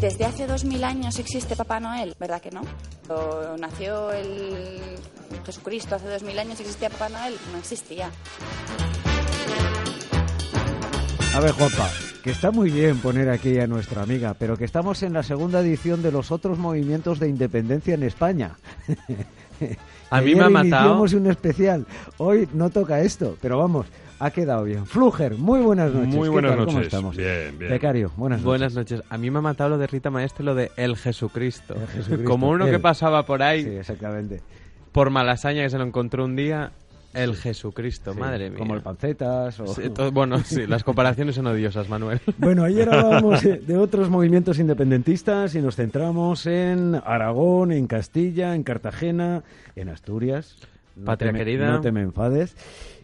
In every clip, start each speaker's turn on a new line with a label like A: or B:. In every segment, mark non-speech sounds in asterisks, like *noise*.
A: Desde hace dos mil años existe Papá Noel, ¿verdad que no? O nació el Jesucristo hace dos mil años, ¿existía Papá Noel? No existía.
B: A ver, Juanpa, que está muy bien poner aquí a nuestra amiga, pero que estamos en la segunda edición de los otros movimientos de independencia en España.
C: A mí me ha matado.
B: un especial. Hoy no toca esto, pero vamos, ha quedado bien. Fluger, muy buenas noches.
D: Muy
B: ¿Qué
D: buenas
B: tal? ¿Cómo
D: noches.
B: estamos?
D: Bien, bien.
B: Becario, buenas noches.
C: Buenas noches. A mí me ha matado lo de Rita Maestre, lo de El Jesucristo.
B: El Jesucristo,
C: Como uno que
B: él.
C: pasaba por ahí,
B: Sí, exactamente.
C: por malasaña que se lo encontró un día, El Jesucristo,
B: Sí,
C: Pues madre mía.
B: Como el pancetas o...
C: Sí, to- bueno, sí, las comparaciones son odiosas, Manuel.
B: Bueno, ayer hablábamos eh, de otros movimientos independentistas y nos centramos en Aragón, en Castilla, en Cartagena, en Asturias. No
C: Patria
B: te me-
C: querida.
B: No te me enfades.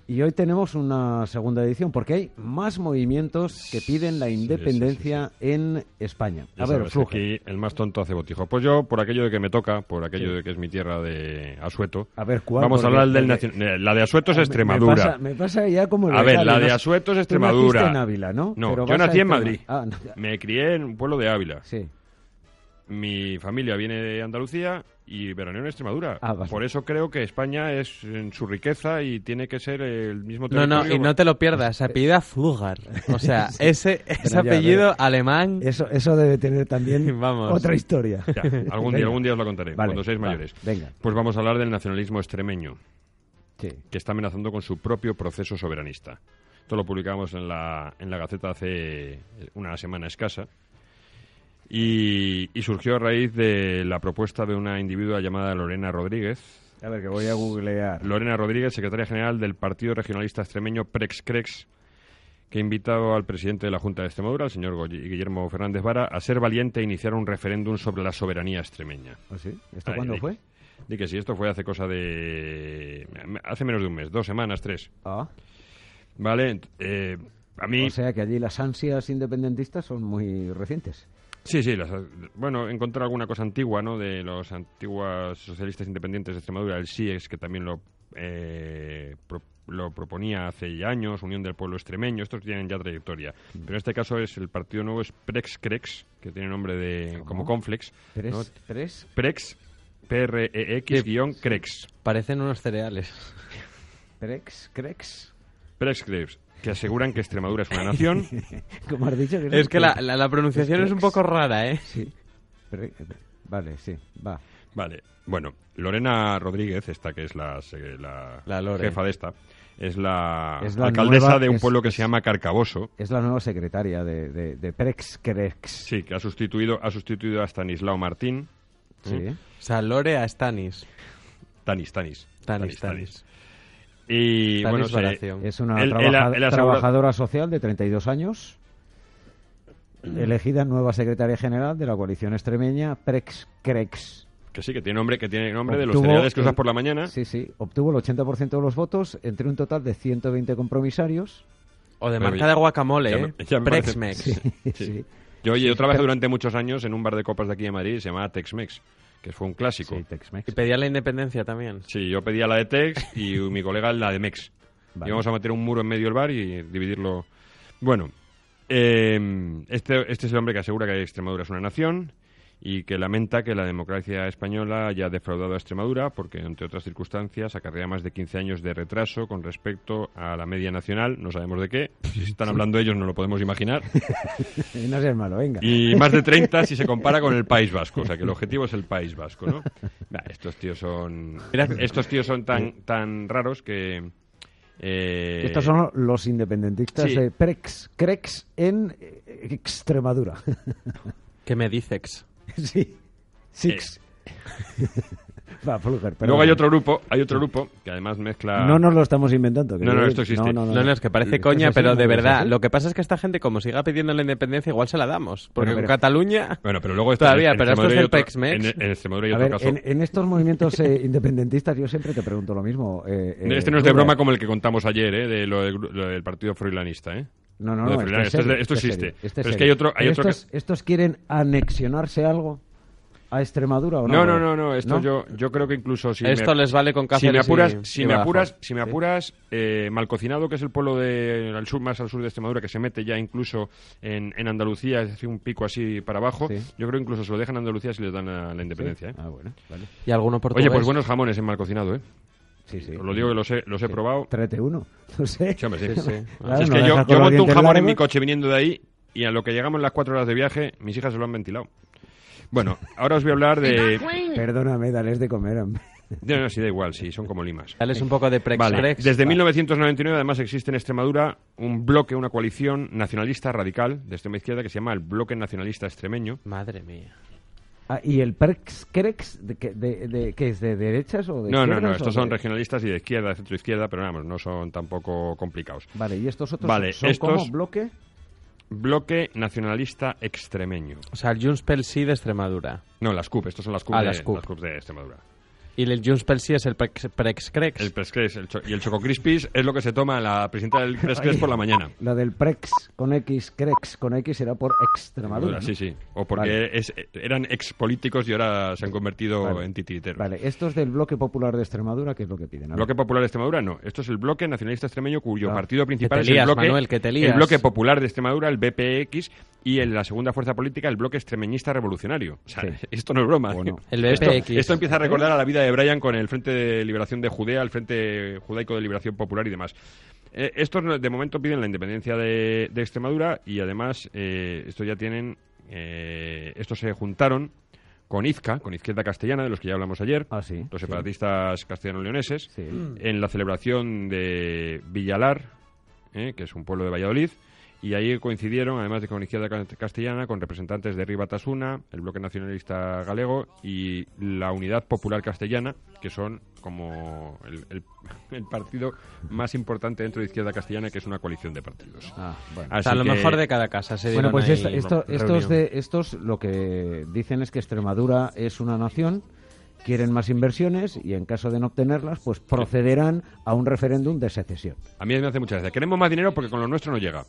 B: Y hoy tenemos una segunda edición porque hay más movimientos que piden la independencia en España.
D: Ya
B: A ver,
D: sabes,
B: Fluger.
D: aquí el más tonto hace botijo. Pues yo, por aquello de que me toca, por aquello de que es mi tierra de Asueto.
B: A ver, ¿cuál?
D: Vamos a
B: Porque-
D: hablar del
B: porque-
D: nacio- eh, La de Asueto es
B: Me-
D: Extremadura.
B: Me pasa, me pasa ya como... el
D: A ver,
B: becario,
D: la de
B: ¿no?
D: Asueto es
B: Tú naciste
D: Extremadura.
B: en Ávila, ¿no?
D: No,
B: Pero
D: yo
B: vas a
D: nací en
B: Extrema-
D: Madrid.
B: Ah, no.
D: Me crié en un pueblo de Ávila.
B: Sí.
D: Mi familia viene de Andalucía y veraneo en Extremadura.
B: Ah, vale.
D: Por eso creo que España es en su riqueza y tiene que ser el mismo
C: No,
D: territorio.
C: no, y no te lo pierdas, se apellida Flugar. O sea, ese, ese
B: Pero ya,
C: apellido
B: pero-
C: alemán...
B: Eso, eso debe tener también
D: *laughs*
C: Vamos.
B: otra historia.
D: Ya, algún día,
B: Venga.
D: algún día os lo contaré,
B: Vale,
D: cuando seáis
B: va,
D: mayores.
B: venga.
D: Pues vamos a hablar del nacionalismo extremeño.
B: Sí.
D: que está amenazando con su propio proceso soberanista. Esto lo publicamos en la, en la Gaceta hace eh, una semana escasa y, y surgió a raíz de la propuesta de una individua llamada Lorena Rodríguez.
B: A ver, que voy a googlear.
D: Lorena Rodríguez, secretaria general del Partido Regionalista Extremeño Prex-Crex, que ha invitado al presidente de la Junta de Extremadura, el señor Goy- Guillermo Fernández Vara, a ser valiente e iniciar un referéndum sobre la soberanía extremeña.
B: ¿Ah, sí? ¿Esto
D: Ay,
B: cuándo
D: di-
B: fue?
D: Di que sí, esto fue hace cosa de... hace menos de un mes, dos semanas, tres.
B: Ah,
D: Vale, ent- eh, a mí.
B: o sea que allí las ansias independentistas son muy recientes.
D: sí, sí. las- bueno, encontrar alguna cosa antigua, ¿no? De los antiguos socialistas independientes de Extremadura, el SIEX, que también lo, eh, pro- lo proponía hace ya años, Unión del Pueblo Extremeño, estos tienen ya trayectoria.
B: Mm.
D: Pero en este caso es el partido nuevo, es Prex-Crex, que tiene nombre de. como Conflex.
B: Tres,
D: ¿no?
B: tres.
D: Prex, E P-R-E-X-Crex.
C: Parecen unos cereales.
B: Prex, Crex.
D: Prex-Crex, que aseguran que
B: *laughs*
D: Extremadura es una nación.
B: Como has dicho.
C: *laughs* Es que la, la- la pronunciación es un poco rara, ¿eh?
B: Sí. Pre- Vale, sí, va.
D: Vale, bueno, Lorena Rodríguez, esta que es la, se- la
C: La Lore.
D: jefa de esta, es la,
B: Es la
D: alcaldesa
B: nueva-
D: de un
B: es-
D: pueblo que se llama Carcaboso.
B: Es la nueva secretaria de, de, de Prex, Crex.
D: Sí, que ha sustituido, ha sustituido a Stanislao Martín.
B: Sí.
C: O sea, Lore a Stanis.
D: Tanis, Tanis.
C: Stanis, Stanis.
D: Y
C: Stanis
D: bueno, se-
C: Baración.
B: Es una
D: Él-
B: trabaja-
D: él ha- él ha
B: trabajadora social de 32 años, elegida nueva secretaria general de la coalición extremeña Prex, Crex.
D: que sí, que tiene nombre, que tiene nombre de los
B: Obtuvo
D: cereales que
B: el-
D: usas por la mañana.
B: Sí, sí. Obtuvo el 80% de los votos entre un total de 120 compromisarios.
C: O de
D: Pero
C: marca
D: ya-
C: de guacamole,
D: ya
C: ¿eh?
D: me- ya me parece-
C: Prexmex.
B: Sí.
D: Yo, oye, yo trabajé durante muchos años en un bar de copas de aquí de Madrid, se llamaba Tex-Mex, que fue un clásico.
B: Sí,
D: Sí,
B: Tex-Mex.
C: Y pedía la independencia también.
D: yo pedía la de Tex y mi colega la de Mex.
B: Vale.
D: Íbamos a meter un muro en medio del bar y dividirlo. Bueno, eh, este, este es el hombre que asegura que Extremadura es una nación y que lamenta que la democracia española haya defraudado a Extremadura porque, entre otras circunstancias, acarrea más de 15 años de retraso con respecto a la media nacional, no sabemos de qué, si están hablando ellos no lo podemos imaginar,
B: *laughs* No seas malo, venga.
D: y más de 30 si se compara con el País Vasco, o sea que el objetivo es el País Vasco, ¿no? Nah, estos tíos son... Estos tíos son tan, tan raros que... eh,
B: Estos son los independentistas
D: sí.
B: de Prex, Crex en eh, Extremadura. *laughs*
C: ¿Qué me dices?
B: sí. Six. *laughs* Va, Fluger, perdón.
D: Eh. Luego hay otro grupo, hay otro grupo que además mezcla.
B: No nos lo estamos inventando. que
D: No, no,
B: yo-
D: esto existe.
C: No, no, es que parece
B: Eh, Esto
C: coña,
B: es así,
C: pero
B: no,
C: de
B: es
C: verdad.
B: así.
C: Lo que pasa es que esta gente, como siga pidiendo la independencia, igual se la damos. Porque
B: Bueno, pero-
C: en Cataluña...
D: Bueno, pero luego este
C: Todavía,
D: en
C: pero esto es
D: Extremadura
C: el
D: hay otro-
C: Tex-Mex.
D: En, en Extremadura hay
B: A
D: otro
B: ver,
D: caso.
B: en, en estos movimientos eh, independentistas yo siempre te pregunto lo mismo. eh, eh,
D: este no es de
B: Fluger.
D: broma como el que contamos ayer, ¿eh? De lo, del gru- lo del partido froilanista, ¿eh?
B: No, no,
D: Lo de
B: no.
D: Froilán,
B: es
D: esto es de-
B: serio,
D: esto
B: es
D: existe.
B: serio, esto
D: Pero es que
B: serio.
D: hay otro- hay
B: Pero
D: otro que-
B: estos, estos quieren anexionarse algo. a Extremadura o no?
D: No, no, no, no. Esto Yo, yo creo que incluso si
C: Esto
D: me,
C: les vale con
D: si me
C: Cáceres
D: apuras,
C: y-
D: si
C: y
D: me
C: Badajoz.
D: apuras, si me
C: Sí.
D: apuras, eh, Malcocinado, que es el pueblo de, al sur, más al sur de Extremadura, que se mete ya incluso en, en Andalucía, es decir, un pico así para abajo.
B: Sí.
D: Yo creo que incluso se lo dejan a Andalucía si les dan a la independencia. ¿eh?
B: Ah, bueno, vale.
C: Y alguno portugués.
D: Oye, pues buenos jamones en Malcocinado, ¿eh?
B: Sí, sí.
D: Os lo digo que los he, los he probado.
B: Tráete uno. *laughs* No sé.
D: Sí, hombre, sí.
C: Sí,
D: *laughs*
C: sí.
B: Claro,
D: Si es
B: no dejas con
D: que yo, yo
B: los
D: monto un
B: dientes
D: jamón en mi
B: largos.
D: coche viniendo de ahí y a lo que llegamos las cuatro horas de viaje, mis hijas se lo han ventilado. Bueno, ahora os voy a hablar de...
B: Perdóname, dales de comer, hombre.
D: No, no, sí, da igual, sí, son como limas.
C: Dales un poco de prex,
D: Vale,
C: prex.
D: Desde
C: Va.
D: 1999, además, existe en Extremadura un bloque, una coalición nacionalista radical de extrema izquierda que se llama el Bloque Nacionalista Extremeño.
C: Madre mía.
B: Ah, ¿Y el Perks Crex? ¿De, qué- de, de- qué es? ¿De derechas o de
D: No, no, no,
B: izquierdas o
D: estos son
B: de-
D: regionalistas y de izquierda, de centro izquierda, pero vamos, no son tampoco complicados.
B: Vale, ¿y estos otros
D: Vale,
B: son como
D: estos-
B: bloque?
D: Bloque Nacionalista Extremeño.
C: O sea, el Junts pel Sí de Extremadura.
D: No, las CUP, estos son las CUP,
C: Ah,
D: de,
C: las CUP.
D: las CUP de Extremadura.
C: Y el Junts pel Sí es el prex, prex crex.
D: El Prescres el cho- y el Choco Crispis es lo que se toma la presidenta del Prescres por la mañana.
B: Lo del Prex con X, Crex con X será por Extremadura. ¿no?
D: Sí, sí. O porque
B: Vale.
D: es- eran expolíticos y ahora se han convertido
B: Vale.
D: en titiriteros.
B: Vale, estos del Bloque Popular de Extremadura, ¿qué es lo que piden? A ver.
D: Bloque Popular de Extremadura no. Esto es el bloque nacionalista extremeño cuyo
B: Ah.
D: partido principal
C: Que
D: es
C: te lías,
D: el bloque
C: Manuel, que te lías.
D: el bloque popular de Extremadura, el BPX y en la segunda fuerza política el bloque extremeñista revolucionario. O sea,
B: Sí.
D: esto no es broma.
B: O no.
C: El
D: esto,
C: BPX.
D: esto empieza a recordar a la vida de Brian con el Frente de Liberación de Judea, el Frente Judaico de Liberación Popular y demás. Eh, estos no- de momento piden la independencia de, de Extremadura y además eh, esto ya tienen eh, estos se juntaron con Izca, con Izquierda Castellana, de los que ya hablamos ayer,
B: Ah, sí,
D: los
B: sí.
D: separatistas castellano-leoneses,
B: Sí.
C: Mm.
D: en la celebración de Villalar, ¿eh? que es un pueblo de Valladolid, y ahí coincidieron, además de con Izquierda Ca- Castellana, con representantes de Ribatasuna, el Bloque Nacionalista Galego y la Unidad Popular Castellana, que son como el, el- *laughs* el partido más importante dentro de Izquierda Castellana, que es una coalición de partidos.
B: Ah, bueno.
C: O sea,
D: Así
C: lo
D: que-
C: mejor de cada casa. Se
B: Bueno,
C: dieron
B: pues
C: ahí
B: esto- esto-
C: reunión.
B: estos, de, estos lo que dicen es que Extremadura es una nación, quieren más inversiones y en caso de no obtenerlas, pues procederán a un referéndum de secesión.
D: A mí me hace muchas gracia. Queremos más dinero porque con lo nuestro no llega.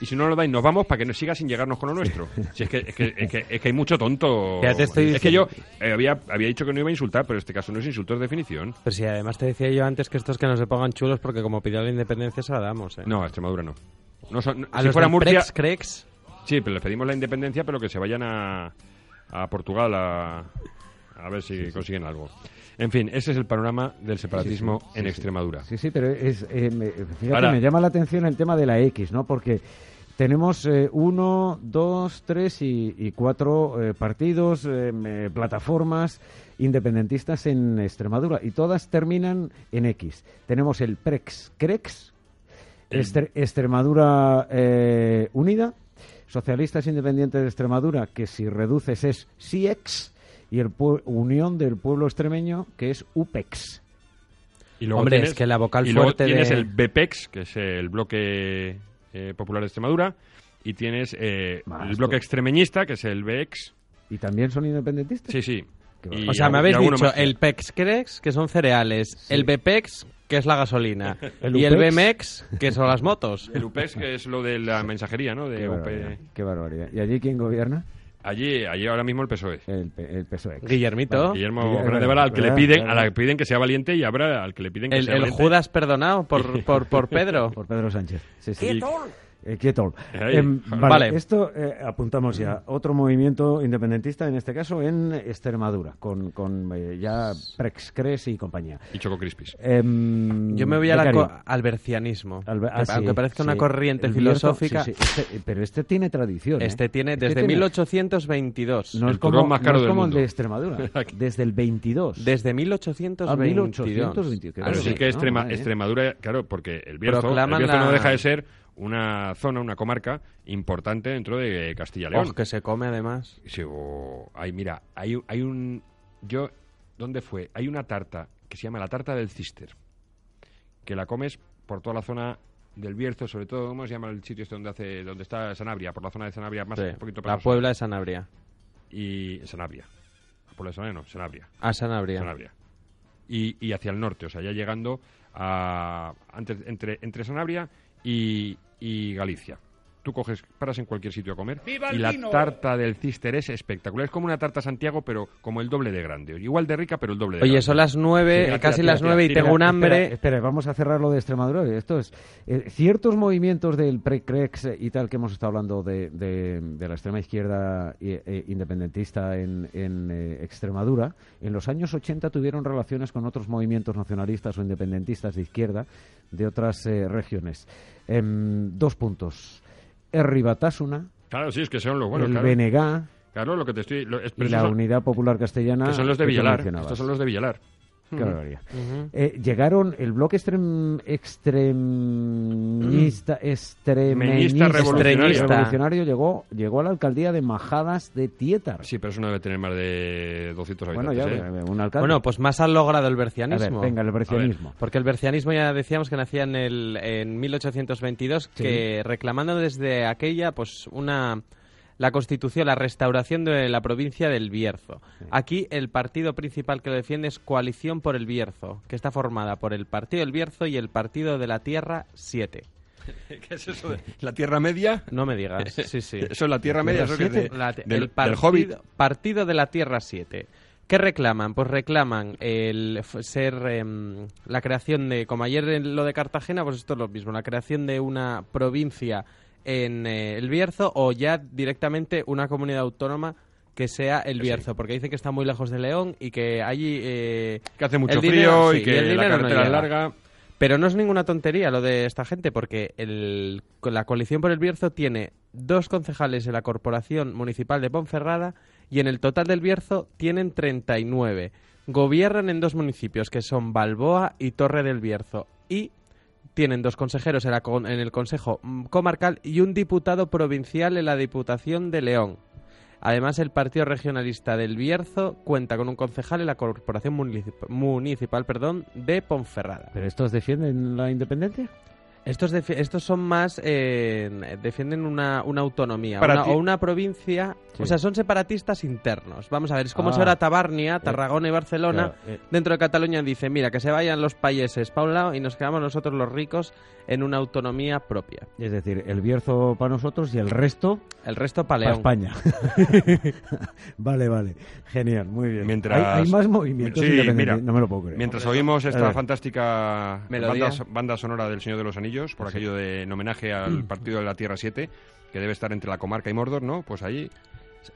D: Y si no lo dais, nos vamos para que nos siga sin llegarnos con
C: *laughs*
D: lo nuestro. Si es, que, es, que, es, que, es que hay mucho tonto.
C: Ya te estoy
D: es que yo
C: diciendo.
D: eh, había, había dicho que no iba a insultar, pero en este caso no es insulto, es definición.
C: Pero Pues sí, además te decía yo antes que estos que no se pongan chulos porque como pidió la independencia se la damos, ¿eh?
D: No, a Extremadura no. No son-
C: A
D: si
C: los
D: fuera
C: del
D: Murcia.
C: prex crex,
D: Sí, pero les pedimos la independencia, pero que se vayan a, a Portugal a, a ver si consiguen algo. En fin, ese es el panorama del separatismo en Extremadura.
B: Sí, sí, pero es, eh, me, fíjate,
D: Ahora-
B: me llama la atención el tema de la X, ¿no? Porque tenemos eh, uno, dos, tres y, y cuatro eh, partidos, eh, me- plataformas independentistas en Extremadura y todas terminan en X. Tenemos el Prex, Crex, Estre- Extremadura eh, Unida, Socialistas Independientes de Extremadura, que si reduces es SIEX, y el pue- Unión del Pueblo Extremeño, que es UPEX.
D: Y
C: Hombre, es que la vocal
D: y luego
C: fuerte de-
D: tienes el BPEX, que es el bloque eh, popular de Extremadura, y tienes eh,
B: Más,
D: el bloque
B: tú.
D: extremeñista, que es el BEX.
B: ¿Y también son independentistas?
D: Sí, sí.
B: Qué
D: Y
B: barbaridad.
C: o sea, me
D: algu-
C: habéis
D: y alguno
C: dicho
D: más.
C: el pex crex, que son cereales, el bpex, que es la gasolina,
B: El
C: y el
B: UPEX.
C: bmex, que son las
D: *laughs*
C: motos. *laughs*
D: El UPEX, que es lo de la mensajería, ¿no?
B: Qué
D: De
B: barbaridad,
D: UP.
B: qué barbaridad. ¿Y allí quién gobierna?
D: Allí, allí ahora mismo el PSOE.
C: ¿Eh?
B: El, P- el PSOE.
C: Guillermito,
D: E. Guillermo
B: Guillermo,
D: Fernández Vara, al que le
B: ¿verdad?
D: piden, a
B: Claro.
D: la que piden que sea valiente y habrá al que le piden que
C: el,
D: sea
C: el
D: valiente.
C: Judas perdonado por, por,
B: *laughs*
C: por Pedro.
B: Por Pedro Sánchez. Sí, sí.
D: Quieto.
B: Eh, quieto.
D: Ahí.
B: Em, vale,
C: Vale.
B: esto eh, apuntamos ya. Otro movimiento independentista, en este caso en Extremadura, con, con eh, ya Prex, Cres y compañía.
D: Y Choco Crispis.
B: Em,
C: Yo me voy a la
B: becario.
C: co- al bercianismo.
B: Albe- ah,
C: Que- aunque
B: sí,
C: parezca una
B: sí.
C: corriente
B: El Bierzo,
C: filosófica,
B: sí, sí. Este- pero este tiene tradición. ¿eh?
C: este tiene
B: Este
C: desde 1822.
B: No
D: El
B: es como,
D: turrón más caro
B: no es
D: del
B: como el
D: mundo.
B: de
C: *laughs*
B: Extremadura. Desde el 22.
C: Desde 1822.
B: Ah, 1822, qué
D: Pero
B: Claro,
D: sí
B: sí.
D: que Extrema-
B: Ah, vale.
D: Extremadura, claro, porque el Bierzo, el
C: Proclaman
D: Bierzo no
C: la-
D: deja de ser una zona, una comarca importante dentro de Castilla y León.
C: Oh, que se come además.
D: Y sigo, ay, mira, hay, hay un... Yo, ¿dónde fue? Hay una tarta que se llama la tarta del cister, que la comes por toda la zona del Bierzo, sobre todo, ¿cómo se llama el sitio este donde, hace, donde está Sanabria? Por la zona de Sanabria, más
C: Sí.
D: un poquito para
C: La
D: los-
C: Puebla de Sanabria.
D: Y Sanabria. La Puebla de Sanabria no, Sanabria.
C: A Ah, Sanabria.
D: Sanabria. Y, y hacia el norte, o sea, ya llegando a, antes- entre, entre Sanabria y, y Galicia. tú coges, paras en cualquier sitio a comer y la tarta del Cister es espectacular. Es como una tarta Santiago, pero como el doble de grande. Igual de rica, pero el doble de
C: Oye,
D: grande.
C: son las nueve,
D: Tira, tira,
C: casi
D: tira,
C: las
D: tira,
C: nueve y
D: tira,
C: tengo un
D: espera,
C: hambre.
B: Espera, espera, vamos a cerrar lo de Extremadura. Esto es eh, ciertos movimientos del pre-Crex eh, y tal que hemos estado hablando de, de- de la extrema izquierda i- eh, independentista en, en, eh, Extremadura. En los años 80 tuvieron relaciones con otros movimientos nacionalistas o independentistas de izquierda de otras eh, regiones. Em, dos puntos. Herri Batasuna,
D: Claro, sí, es que son los buenos.
B: el
D: Pues claro.
B: BNG
D: Claro, lo que te estoy. lo- es-
B: y
D: pero
B: la
D: esos son,
B: Unidad Popular Castellana.
D: que son los de
B: tú
D: Villalar.
B: mencionabas.
D: Estos son los de Villalar.
B: Qué barbaridad.
C: Ujú.
B: Eh, llegaron el bloque extrem, extremista, extremeñista,
D: Mm. Meñista revolucionario.
B: revolucionario llegó, llegó a la alcaldía de Majadas de Tietar.
D: Sí, pero eso no debe tener más de 200
B: bueno,
D: habitantes.
B: ya,
D: ¿eh?
B: eh, un alcalde.
C: Bueno, pues más han logrado el
B: a ver,
C: bercianismo.
B: venga, el bercianismo.
C: Porque el bercianismo ya decíamos que nacía en, el, en 1822, que reclamando desde aquella, pues una la constitución, la restauración de la provincia del Bierzo. Aquí el partido principal que lo defiende es Coalición por el Bierzo, que está formada por el Partido del Bierzo y el Partido de la Tierra 7.
D: ¿Qué es eso? de- ¿La Tierra Media?
C: No me digas, sí, sí.
D: Eso es la Tierra Media, eso que es de-
C: La-
D: del,
C: el
D: del
C: partido,
D: Hobbit.
C: Partido de la Tierra 7. ¿Qué reclaman? Pues reclaman el f- ser em, la creación de, como ayer en lo de Cartagena, pues esto es lo mismo, la creación de una provincia en eh, el Bierzo o ya directamente una comunidad autónoma que sea el Bierzo, porque dicen que está muy lejos de León y que allí... eh,
D: Que hace mucho
C: el
D: frío
C: dinero,
D: y
C: sí,
D: que
C: el
D: la
C: dinero no
D: carretera es
C: llega.
D: larga.
C: Pero no es ninguna tontería lo de esta gente, porque el- con la coalición por el Bierzo tiene dos concejales en la Corporación Municipal de Ponferrada y en el total del Bierzo tienen 39. Gobiernan en dos municipios, que son Balboa y Torre del Bierzo. Y tienen dos consejeros en, la con- en el Consejo mm, Comarcal y un diputado provincial en la Diputación de León. Además, el Partido Regionalista del Bierzo cuenta con un concejal en la Corporación Municip- Municipal perdón, de Ponferrada.
B: ¿Pero estos defienden la independencia?
C: Estos, defi- estos son más. eh, defienden una, una autonomía
D: Para
C: una-
D: ti-
C: o una provincia.
B: Sí.
C: O sea, son separatistas internos. Vamos a ver, es como
B: Ah.
C: si ahora Tabarnia, Tarragona y Barcelona.
B: Claro, eh,
C: Dentro de Cataluña dice, mira, que se vayan los países para un lado y nos quedamos nosotros los ricos en una autonomía propia.
B: es decir, el Bierzo para nosotros y el resto
C: El resto para
B: para
C: León.
B: España. *laughs* vale, vale. Genial, muy bien.
D: Mientras-
B: Hay, hay más movimientos
D: Sí,
B: independientes.
D: mira.
B: no me lo puedo creer.
D: Mientras oímos
B: A
D: esta
B: ver.
D: fantástica
C: Melodía.
D: banda, so- banda sonora del Señor de los Anillos, por aquello de en homenaje
B: Mm.
D: al partido de la Tierra 7, que debe estar entre la comarca y Mordor, ¿no? Pues ahí,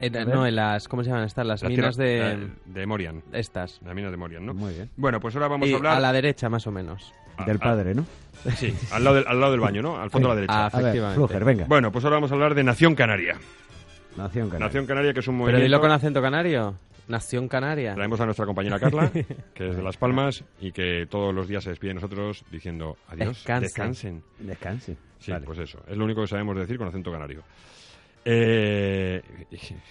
C: En-
B: A ver. Eh,
C: no, en las. ¿Cómo se llaman estas? Las
D: la
C: minas de.
D: tierra- la- de Morian.
C: Estas.
D: La mina de Morian, ¿no?
B: Muy bien.
D: Bueno, pues ahora vamos
C: Y
D: a hablar.
C: a la derecha, más o menos.
B: Del
D: a-
B: padre, ¿no?
D: Sí, al lado, del, al lado del baño, ¿no? Al fondo a la derecha.
C: Ah,
B: A ver,
C: Efectivamente.
B: Fluger, venga.
D: Bueno, pues ahora vamos a hablar de Nación Canaria.
B: Nación Canaria.
D: Nación Canaria, que es un
C: Pero
D: movimiento.
C: dilo con acento canario. Nación Canaria.
D: Traemos a nuestra
C: *laughs*
D: compañera Carla, que es de Las Palmas y que todos los días se despide de nosotros diciendo adiós,
C: Descansen.
D: descansen.
B: Descanse.
D: Sí,
B: Vale.
D: pues eso. Es lo único que sabemos decir con acento canario. Eh,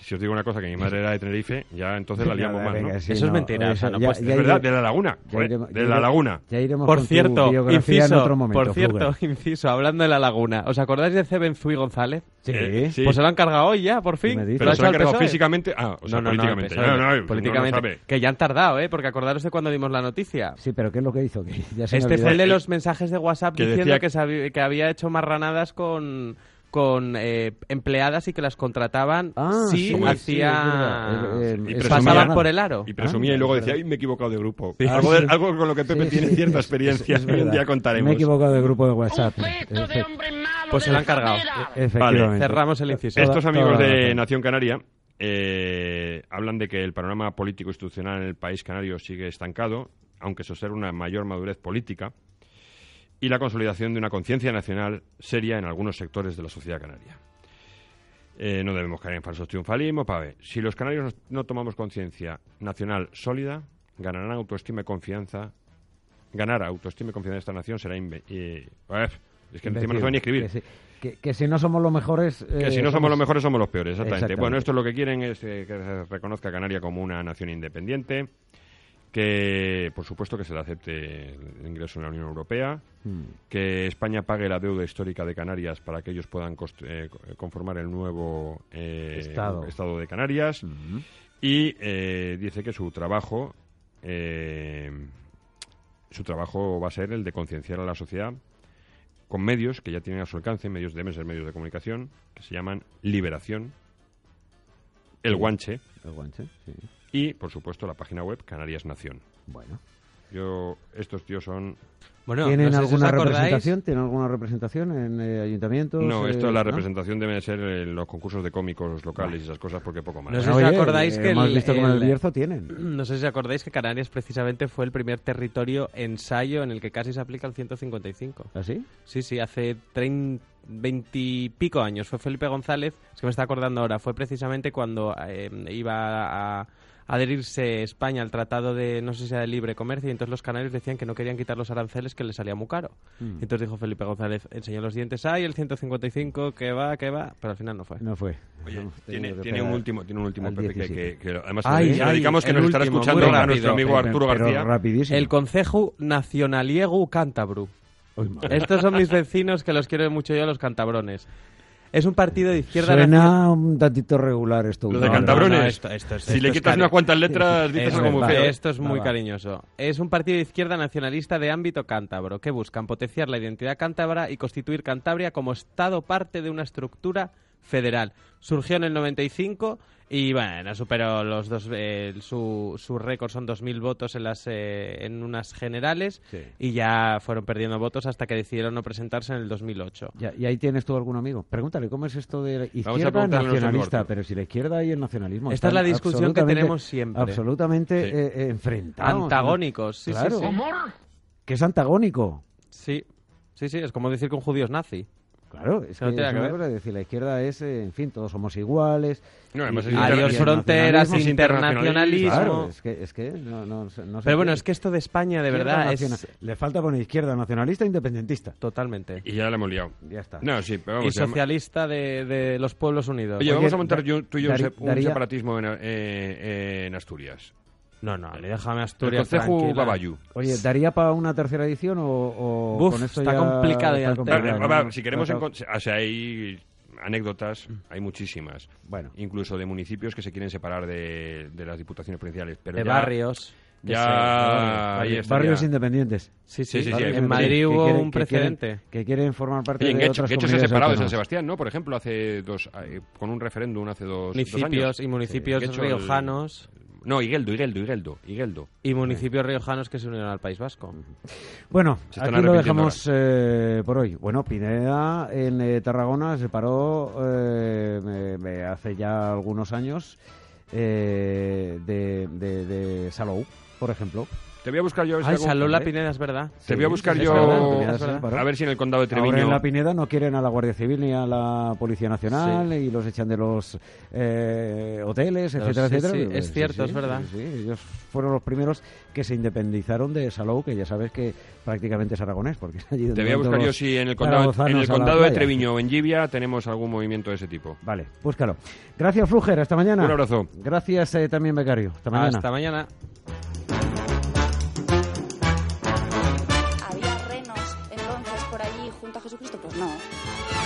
D: si os digo una cosa, que mi madre era de Tenerife, ya entonces la liamos
B: Nada,
D: más, ¿no?
B: venga, sí,
C: Eso es
B: no,
C: mentira, o sea, no puede
D: Es
C: ser.
B: ya
D: verdad,
B: iré-
D: de la laguna.
B: ya
D: joder,
B: iremos-
D: de
B: ya
D: la
B: iremos-
D: laguna.
B: Ya iremos
C: Por
B: con tu
C: cierto,
B: biografía
C: inciso,
B: en otro momento.
C: por cierto,
B: Fugger.
C: inciso, hablando de la laguna. ¿Os acordáis de Cebenzuí González?
B: Sí.
D: Eh, sí.
C: Pues se lo han cargado hoy ya, por
B: ¿Qué
C: fin.
B: me dices?
C: ¿Lo
D: Pero
C: ha
D: se lo han
C: hecho el
D: cargado
C: PSOE?
D: físicamente. Ah, o sea,
C: E? no, no, no,
D: políticamente.
C: el PSOE,
D: No, no, no, no
C: políticamente.
D: sabe.
C: que ya han tardado, ¿eh? Porque acordaros de cuando dimos la noticia.
B: Sí, pero ¿qué es lo que hizo? *laughs* Que ya se me
C: Este
B: olvidó.
C: fue el de los mensajes de WhatsApp
D: Que
C: diciendo
D: decía-
C: que, sabi- que había hecho marranadas con, con eh, empleadas y que las contrataban
B: Ah,
C: si
B: sí, sí, es
C: hacía...
B: verdad. Eh, eh,
D: Y
B: es
D: presumía-
C: pasaban por el aro.
D: Y presumía
B: Ah,
D: y luego
B: es
D: decía,
B: verdad.
D: ay, me he equivocado de grupo.
B: Sí.
D: Algo, de-
B: Ah, sí.
D: algo con lo que Pepe
B: Sí,
D: tiene
B: sí,
D: cierta
B: es-
D: experiencia,
B: es verdad.
D: ya contaremos.
B: Me he equivocado del grupo de WhatsApp.
E: Un puesto de
B: Efe-
E: hombre malo
C: Pues
E: de
C: se lo han
E: la
C: cargado.
E: cadera.
B: Efectivamente.
C: Cerramos el inciso.
B: Toda-
D: Estos amigos
B: toda la
D: de
B: razón.
D: Nación Canaria eh, hablan de que el panorama político institucional en el país canario sigue estancado, aunque se observa una mayor madurez política y la consolidación de una conciencia nacional seria en algunos sectores de la sociedad canaria. Eh, no debemos caer en falsos triunfalismos. Pave. Si los canarios nos- no tomamos conciencia nacional sólida, ganarán autoestima y confianza. Ganar autoestima y confianza de esta nación será. inve- eh, es que encima no saben ni escribir.
B: Que, si- que- que si no somos los mejores...
D: Que
B: eh,
D: si no somos los mejores, somos los peores, exactamente.
B: Exactamente.
D: Bueno, esto es lo que quieren es eh, que se reconozca a Canaria como una nación independiente, que por supuesto que se le acepte el ingreso en la Unión Europea,
B: Mm.
D: que España pague la deuda histórica de Canarias para que ellos puedan cost- eh, co- conformar el nuevo eh,
B: Estado.
D: de Canarias
B: Mm.
D: y eh, dice que su trabajo eh, su trabajo va a ser el de concienciar a la sociedad con medios que ya tienen a su alcance, medios deben ser medios de comunicación, que se llaman Liberación, El Guanche
B: El guanche, sí.
D: y, por supuesto, la página web Canarias Nación.
B: Bueno.
D: Yo, estos tíos son...
C: Bueno,
B: ¿Tienen
C: no sé si os
B: alguna
C: acordáis.
B: representación? ¿Tienen alguna representación en eh, ayuntamientos?
D: No, esto
B: eh,
D: la representación debe ser eh, los concursos de cómicos locales y esas cosas, porque poco más.
C: No sé
B: Ah,
C: si
B: oye,
C: acordáis
B: eh,
C: que
B: hemos
C: el-
B: visto como el
C: el-
B: Bierzo tienen.
C: No sé si acordáis que Canarias precisamente fue el primer territorio ensayo en el que casi se aplica el 155.
B: ¿Así?
C: Sí, sí, hace trein- veintipico años. Fue Felipe González, es que me está acordando ahora, fue precisamente cuando eh, iba a adherirse España al tratado de, no sé si era de libre comercio, y entonces los canarios decían que no querían quitar los aranceles, que les salía muy caro.
B: Mm.
C: Entonces dijo Felipe González, enseñó los dientes, ay, el 155, que va, que va, pero al final no fue.
B: No fue.
D: Oye,
B: Hemos
D: tiene,
B: tenido que
D: tiene un
B: esperar.
D: último, tiene un último
B: al
D: Pepe, que,
B: 17.
D: que- que además
C: Ay,
D: le
C: ay,
D: dedicamos que
C: el
D: nos estará
C: último,
D: escuchando
C: muy
D: a nuestro
C: rápido.
D: amigo
B: Pero-
D: Arturo
B: pero
D: García.
B: rapidísimo.
C: El Concejo Nacionaliego Cántabru.
B: Uy, madre.
C: Estos son mis vecinos que los quiero mucho yo, los cantabrones. Es un partido de izquierda
B: Suena un tantito regular esto.
D: Lo de
B: último.
D: Cantabrones.
C: esto- esto es-
D: Si
C: esto
D: le
C: es
D: quitas
C: cari-
D: unas cuantas letras, dices
C: Esto,
D: algo muy
C: va,
D: feo.
C: esto es muy
B: Va, va.
C: cariñoso. Es un partido de izquierda nacionalista de ámbito cántabro que buscan potenciar la identidad cántabra y constituir Cantabria como Estado parte de una estructura federal. Surgió en el 95 y bueno, superó los dos. eh, su, su récord son 2.000 votos en, las, eh, en unas generales
B: Sí.
C: y ya fueron perdiendo votos hasta que decidieron no presentarse en el 2008.
B: Ya, y ahí tienes tú algún amigo. Pregúntale, ¿cómo es esto de la izquierda
D: preguntarle a nuestro
B: nacionalista?
D: Arturo.
B: Pero si la izquierda y el nacionalismo.
C: Esta es
B: están
C: la discusión que
B: absolutamente-
C: tenemos siempre.
B: Absolutamente
D: Sí.
B: eh, eh, enfrentados.
C: Antagónicos, sí, sí,
B: Claro.
C: sí.
B: Que es antagónico.
C: Sí, sí, sí, es como decir que un judío es nazi.
B: Claro, es que
C: No tiene
B: es
C: que
B: una
C: ver.
B: cosa de decir, la izquierda es, eh, en fin, todos somos iguales.
D: No, además
B: Y-
D: es
B: y-
D: inter-
B: y
C: Adiós
B: el
C: fronteras,
B: nacionalismo-
C: internacionalismo.
B: Claro, es que, es que no, no- no se
C: Pero bueno,
B: puede.
C: es que esto de España, de
B: Izquierda
C: verdad,
B: nacional-
C: es
B: Le falta poner izquierda nacionalista e independentista.
C: totalmente.
D: Y ya la hemos liado.
B: Ya está.
D: No, sí, pero
C: Y
D: vamos. ya-
C: socialista de, de los pueblos unidos.
D: Oye,
B: Oye,
D: vamos a montar
B: da-
D: yo- tú y yo un
B: dari-
D: sep- un
B: daría-
D: separatismo en, eh, en Asturias.
C: no, no, a mí déjame
D: El
C: Asturias.
D: Concejo
C: tranquila.
D: Babayú.
B: Oye, ¿daría para una tercera edición o, o
C: Buf,
B: con esto
C: está
B: ya
C: complicado ya el tema.
D: Vale,
C: Venga,
D: va,
B: ¿no?
D: va, si queremos
B: Está-
D: encon- o sea, hay anécdotas, hay muchísimas,
B: Bueno,
D: incluso de municipios que se quieren separar de, de las diputaciones provinciales, pero
C: De
D: ya-
C: barrios. que
D: ya-
C: se-
D: Ah, ahí
B: barri-
D: está,
B: barrios
D: ya.
B: independientes.
C: Sí, sí,
D: Sí,
C: sí.
D: sí, sí, hay
C: en
D: gente
C: Madrid
B: que
C: hubo
B: quieren-
C: un
B: que quieren-
C: precedente.
B: Que quieren formar parte
D: Oye,
B: de
D: en Guecho,
B: otras
D: Guecho se ha
B: comunidades
D: separado de San
B: autónomas.
D: Sebastián, ¿no? Por ejemplo, hace dos, eh, con un referéndum hace Pues dos, dos
C: Municipios
D: años.
C: y municipios
D: Sí, Guecho, el-
C: riojanos
D: No, Higueldo, Higueldo, Higueldo, Higueldo.
C: y municipios riojanos que se unieron al País Vasco.
B: Bueno,
D: Se están
B: aquí lo
D: arrepintiendo
B: dejamos eh, por hoy. Bueno, Pineda en eh, Tarragona se paró eh, me- me hace ya algunos años eh, de, de, de Salou, por ejemplo.
D: Te voy a buscar yo... a ver si
C: Ay,
D: hago-
C: Salola Pineda, es verdad.
D: Te voy a
B: Sí,
D: buscar
B: sí,
D: yo...
C: es verdad, Pineda
B: se separó.
D: a ver si en el condado de
B: Ahora en
D: Treviño...
B: la Pineda no quieren a la Guardia Civil ni a la Policía Nacional
C: Sí.
B: y los echan de los eh, hoteles,
C: Los-
B: etcétera,
C: sí,
B: etcétera.
C: sí,
B: Pues
C: es cierto, es verdad.
B: Sí, sí, ellos fueron los primeros que se independizaron de Salou, que ya sabes que prácticamente es aragonés, porque *laughs* es allí donde
D: Te voy a
B: van
D: buscar yo
B: todos
D: si en el
B: para
D: condado,
B: gozarnos
D: en el
B: a la
D: condado de
B: playa.
D: Treviño o en Llivia tenemos algún movimiento de ese tipo.
B: Vale, búscalo. Gracias, Fluger. Hasta mañana.
D: Un abrazo.
B: Gracias eh, también, Becario. Hasta mañana.
C: Hasta mañana.
A: ¿Había renos entonces por allí junto a Jesucristo? Pues no.